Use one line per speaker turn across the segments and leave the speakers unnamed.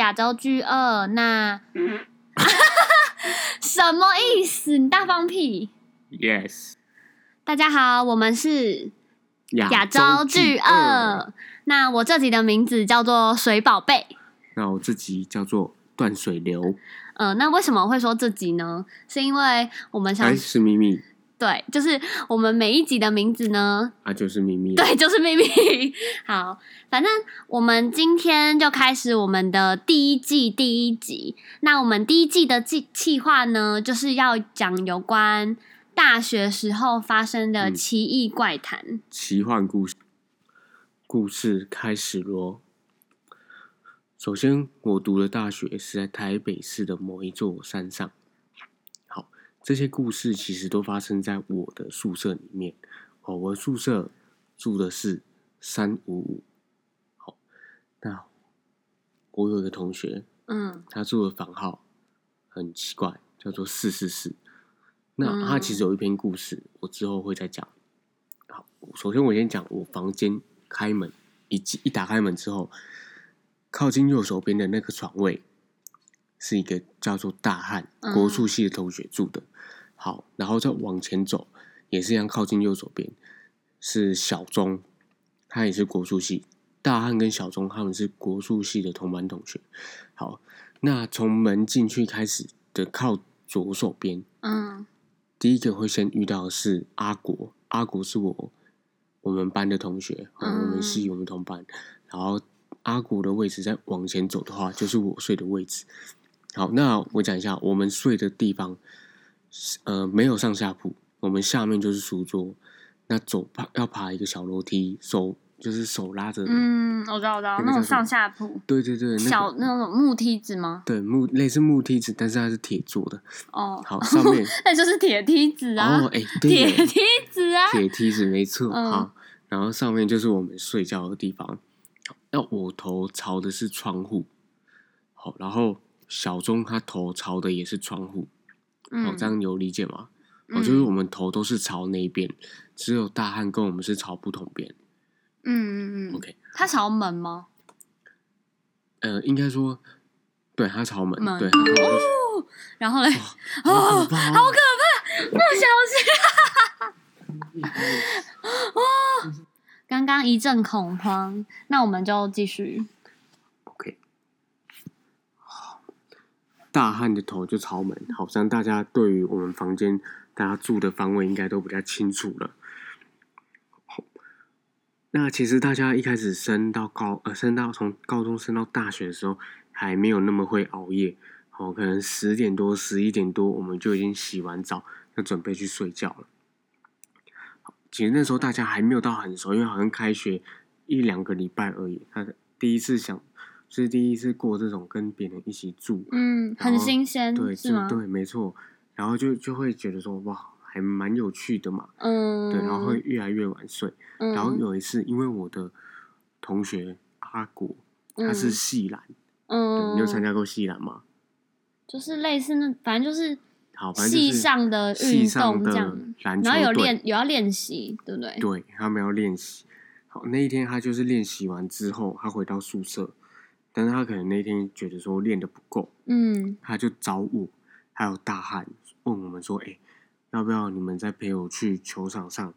亚洲 G 二，那 什么意思？你大放屁！
Yes，
大家好，我们是亚
亚
洲
巨
巨二。那我这集的名字叫做水宝贝。
那我自己叫做断水流，
嗯、那为什么会说这集呢？是因为我们想、
哎，是秘密
对，就是我们每一集的名字呢，
啊，就是秘密。
对，就是秘密。 好，反正我们今天就开始我们的第一季第一集。那我们第一季的计计划呢，就是要讲有关大学时候发生的
嗯
奇异怪谈。
奇幻故事，故事开始咯。首先，我读的大学是在台北市的某一座山上。好，这些故事其实都发生在我的宿舍里面。哦，我的宿舍住的是三五五。好，那我有一个同学，
嗯
他住的房号很奇怪，叫做四四四。那
嗯
他其实有一篇故事，我之后会再讲。好，首先我先讲我房间开门，一进一打开门之后，靠近右手边的那个床位是一个叫做大汉
嗯
国术系的同学住的。好，然后再往前走，也是一样靠近右手边是小钟，他也是国术系。大汉跟小钟他们是国术系的同班同学。好，那从门进去开始的靠左手边，
嗯
第一个会先遇到的是阿国，阿国是我我们班的同学，哦
嗯
我们系我们同班。然后阿国的位置再往前走的话，就是我睡的位置。好，那我讲一下我们睡的地方，呃，没有上下铺，我们下面就是书桌，那走爬要爬一个小楼梯，手就是手拉着，
嗯，我知道，我知道，
那个
那种
叫什么
上下铺，
对对对，那个、
小那种木梯子吗？
对木类似木梯子，但是它是铁做的。
哦，
好，上 面
那就是铁梯子啊
哦，，哎、对耶
铁梯子啊，
铁梯子没错，
嗯
好，然后上面就是我们睡觉的地方。那我头朝的是窗户，好，然后小钟他头朝的也是窗户，好，
嗯，
哦这样有理解吗？哦，
嗯
就是我们头都是朝那一边，只有大汉跟我们是朝不同边。
嗯嗯嗯，
OK，
它朝门吗？
呃，应该说，对他朝门，
门
对他头就是
哦，然后嘞，
好
哦，
可怕哦，
不小 心，刚刚一阵恐慌，那我们就继续，
OK，大汉的头就朝门，好像大家对于我们房间大家住的方位应该都比较清楚了。好那其实大家一开始升到高呃升到从高中升到大学的时候，还没有那么会熬夜，好，可能十点多十一点多我们就已经洗完澡，要准备去睡觉了。其实那时候大家还没有到很熟，因为好像开学一两个礼拜而已。他第一次想，就是第一次过这种跟别人一起住，
嗯，很新鲜，
对，
是吗？
对，没错。然后就就会觉得说，哇，还蛮有趣的嘛。
嗯，
对，然后会越来越晚睡。
嗯，
然后有一次，因为我的同学阿果，他是系篮，对
嗯，
你有参加过系篮吗？
就是类似那，反正就是
好，反正
系
就是
上的
系
运
上
动
的
这样，
篮球
然后有
队
练有要练习，对不对？
对他们要练习。好，那一天他就是练习完之后，他回到宿舍，但是他可能那天觉得说练的不够，
嗯
他就找我还有大汉问我们说：“哎、要不要你们再陪我去球场上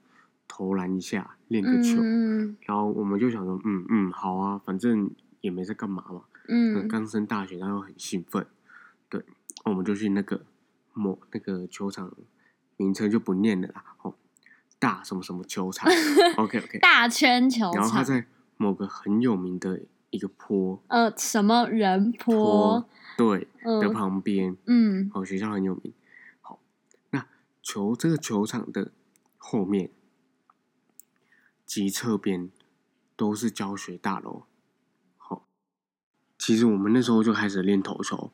投篮一下，练个球？”
嗯
然后我们就想说：“嗯嗯，好啊，反正也没在干嘛嘛。
嗯嗯
呃刚升大学，他又很兴奋，对，我们就去那个某那个球场，名称就不念了啦，哦，大什么什么 球场，OK OK，
大圈球
然后他
场，
在某个很有名的一个坡
呃，什么人坡？
对的
嗯
旁边，
嗯
哦，学校很有名。好，那球这个球场的后面及侧边都是教学大楼。好，其实我们那时候就开始练投球，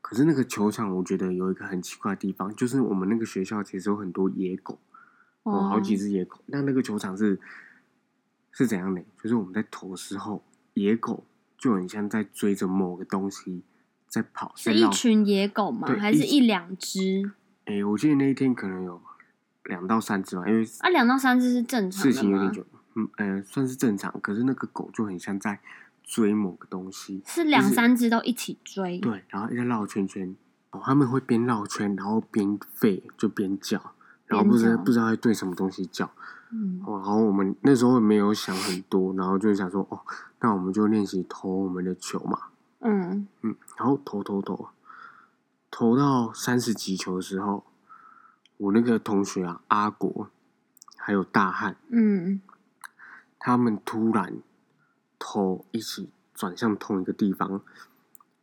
可是那个球场我觉得有一个很奇怪的地方，就是我们那个学校其实有很多野狗，哦，好几只野狗。那那个球场是是怎样的？就是我们在投的时候，野狗就很像在追着某个东西在跑，
是
在
一
绕
群野狗吗？
对
还
一
是一两只？
诶，我记得那一天可能有两到三只吧，因为
啊，两到三只是正常的
事情有点
吗
久，嗯，呃，算是正常。可是那个狗就很像在追某个东西，
是两三只都一起追，
对，然后一直绕圈圈，哦，他们会边绕圈，然后边吠就边叫，然后不知
边叫
不知道在对什么东西叫，
嗯，
哦，然后我们那时候没有想很多，然后就想说，哦，那我们就练习投我们的球嘛，
嗯，
嗯，然后投投投，投到三十几球的时候，我那个同学啊，阿国还有大汉，
嗯，
他们突然头一起转向同一个地方，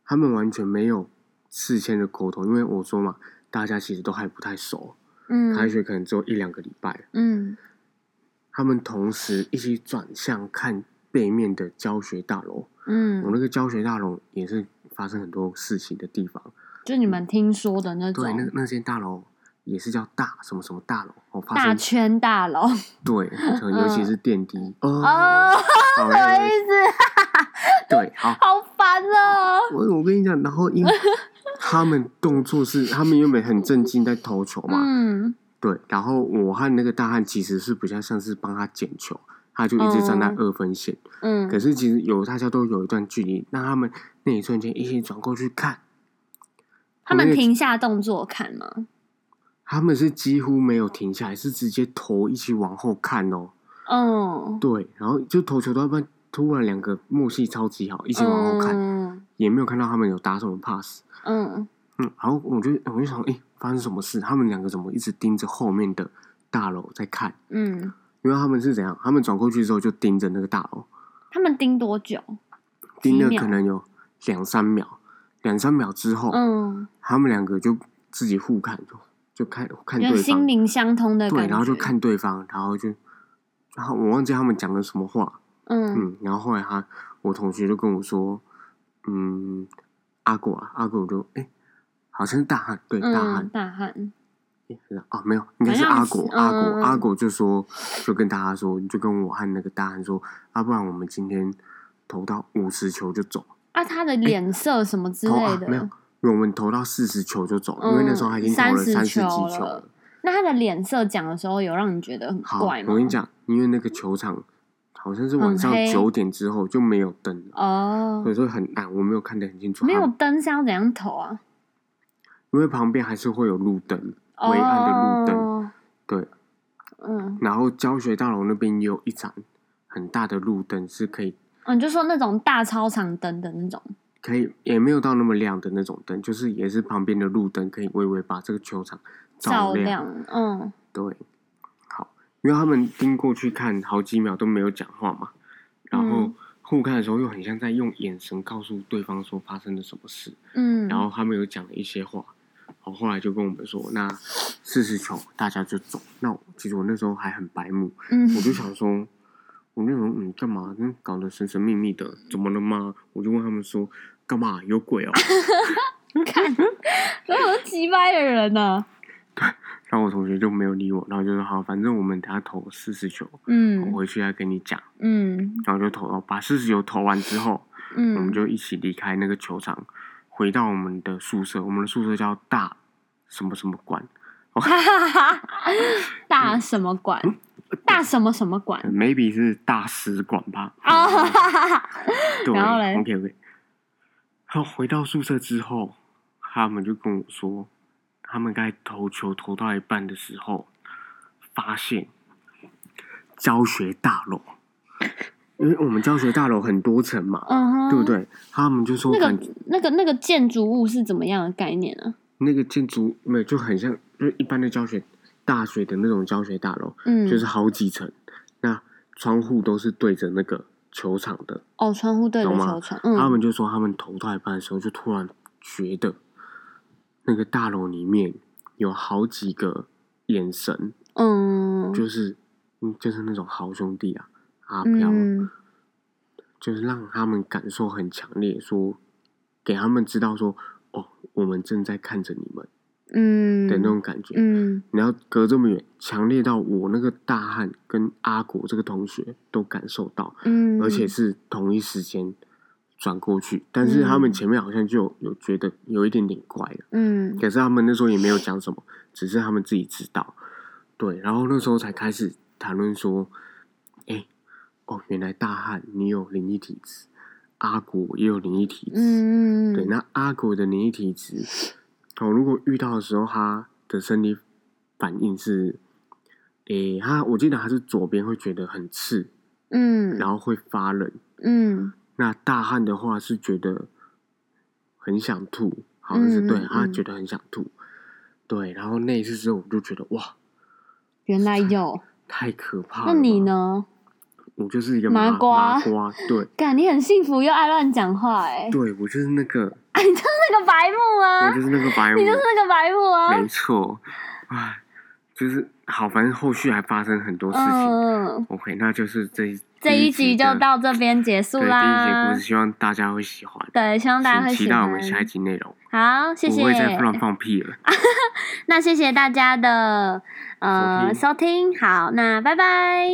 他们完全没有事先的沟通，因为我说嘛，大家其实都还不太熟，开
嗯，
学可能只有一两个礼拜，
嗯，
他们同时一起转向看背面的教学大楼，我
嗯，
那个教学大楼也是发生很多事情的地方。
就你们听说的那
对，那
种
那间大楼也是叫大什么什么大楼，哦，发
大
生哦
圈大楼，
对，可能尤其是电梯
哦，
好
不好意
嘞
思，
对，好，
好烦哦，
我我跟你讲，然后 因为他们动作是，他们原本很震惊在投球嘛，
嗯，
对，然后我和那个大汉其实是比较像是帮他捡球，他就一直站在
嗯
二分线，可
嗯，
是其实有大家都有一段距离，那他们那一瞬间一起转过去看，
他
那
们
个
停下动作看吗？
他们是几乎没有停下来，是直接头一起往后看哦、
嗯，
对，然后就投球到一半，突然两个默契超级好，一起往后看，
嗯
也没有看到他们有打什么 pass。
嗯
嗯，然后我就我就想，诶，发生什么事？他们两个怎么一直盯着后面的大楼在看？
嗯，
因为他们是怎样？他们转过去之后就盯着那个大楼，
他们盯多久？
盯了
几秒
可能有两三秒，两三秒之后，
嗯，
他们两个就自己互看，就就看看
就
对
心
方，
灵相通的感
对，
觉，
然后就，看对方，然后就，然后我忘记他们讲了什么话，
嗯
嗯，然后后来他，我同学就跟我说，嗯，阿果啊，阿果我就哎、诶好像是大汉，对，大
嗯，
汉，
大汉，
诶啊，没有，应该
好
是
像
阿
是
果，阿
嗯嗯
果，
嗯
阿果就说，就跟大家说，就跟我和那个大汉说，啊，不然我们今天投到五十球就走，
啊，他的脸色什么之
投
类
啊，没有
的，，
我们投到四十球就走，因为那时候
嗯
他已经投了
30
三十
球
几球
了那他的脸色讲的时候，有让你觉得很
好，
怪吗？
我跟你，讲，因为那个球场好像是晚
很
上
黑
九点之后就没有灯了，
哦
所，以说很暗，我没有看得很清楚，
没
他
有灯是要怎样投啊？
因为旁边还是会有路灯，
哦
微暗的路灯，对。
嗯，
然后教学大楼那边也有一盏很大的路灯，是可以
哦，你就说那种大操场灯的那种，
可以也没有到那么亮的那种灯，就是也是旁边的路灯可以微微把这个球场
照
亮。
亮，嗯
对，好，因为他们盯过去看好几秒都没有讲话嘛，然后
嗯
互看的时候又很像在用眼神告诉对方说发生了什么事，
嗯，
然后他们有讲了一些话，然后后来就跟我们说，那四十球大家就走。那我其实我那时候还很白目，
嗯，
我就想说，我那种嗯干嘛，嗯搞得神神秘秘的，怎么了吗？我就问他们说，干嘛有鬼 哦？
你看，我有几百的人啊呢、
然后我同学就没有理我，然后就说好，反正我们等下投四十球，我
嗯
回去再跟你讲。
嗯
然后就投了，把四十球投完之后，
嗯，
我们就一起离开那个球场，回到我们的宿舍。我们的宿舍叫大什么什么馆，
哈哈哈，大什么馆？
嗯
大什么什么馆？
呃 maybe 是大使馆吧。
啊哈哈哈！
对
然后嘞
，OK OK。然后回到宿舍之后，他们就跟我说，他们该投球投到一半的时候，发现教学大楼，因为我们教学大楼很多层嘛，
嗯哼，
对不？对？他们就说
那
感觉
个那个那个建筑物是怎么样的概念啊？
那个建筑没有就很像，就是一般的教学大学的那种教学大楼，
嗯，
就是好几层，那窗户都是对着那个球场的。
哦，窗户对着
懂吗
球窗，嗯，
他们就说他们投到一半的时候，就突然觉得那个大楼里面有好几个眼神，
嗯，
就是嗯，就是那种好兄弟啊，阿飘，
嗯
就是让他们感受很强烈，说给他们知道说哦，我们正在看着你们
嗯
的那种感觉。
嗯
然后隔这么远，强烈到我那个大汉跟阿国这个同学都感受到，
嗯，
而且是同一时间转过去，但是他们前面好像就有有觉得有一点点怪了，
嗯
可是他们那时候也没有讲什么，只是他们自己知道，对，然后那时候才开始谈论说，哎、哦，原来大汉你有灵异体质，阿果也有灵异体质。
嗯，
对，那阿狗的免疫体质，哦，如果遇到的时候，它的生理反应是，诶、它我记得它是左边会觉得很刺，
嗯，
然后会发冷。
嗯
那大汗的话是觉得很想吐，好像是
嗯嗯
对
嗯
他觉得很想吐，对。然后那一次之后，我就觉得哇，
原来有。
太可怕了。
那你？呢？
我就是一个
麻
麻
瓜
麻瓜，对
感你很幸福又爱乱讲话哎、
对，我就是那个，
啊， 你就是那个白目
我
啊！
就是那个白
你
目
就是，那个白目啊！
没错，唉，就是好，反正后续还发生很多事情。
嗯，
OK，那就是这一
这
第
一
一
集
的
就到这边结束
对第一集的
啦
故事，。希望大家会喜欢，
对，希望大家会
请期
喜
待我
欢。
们下一集内容。
好，谢谢
不。会再乱放屁了，
那谢谢大家的呃收听，好，那拜拜。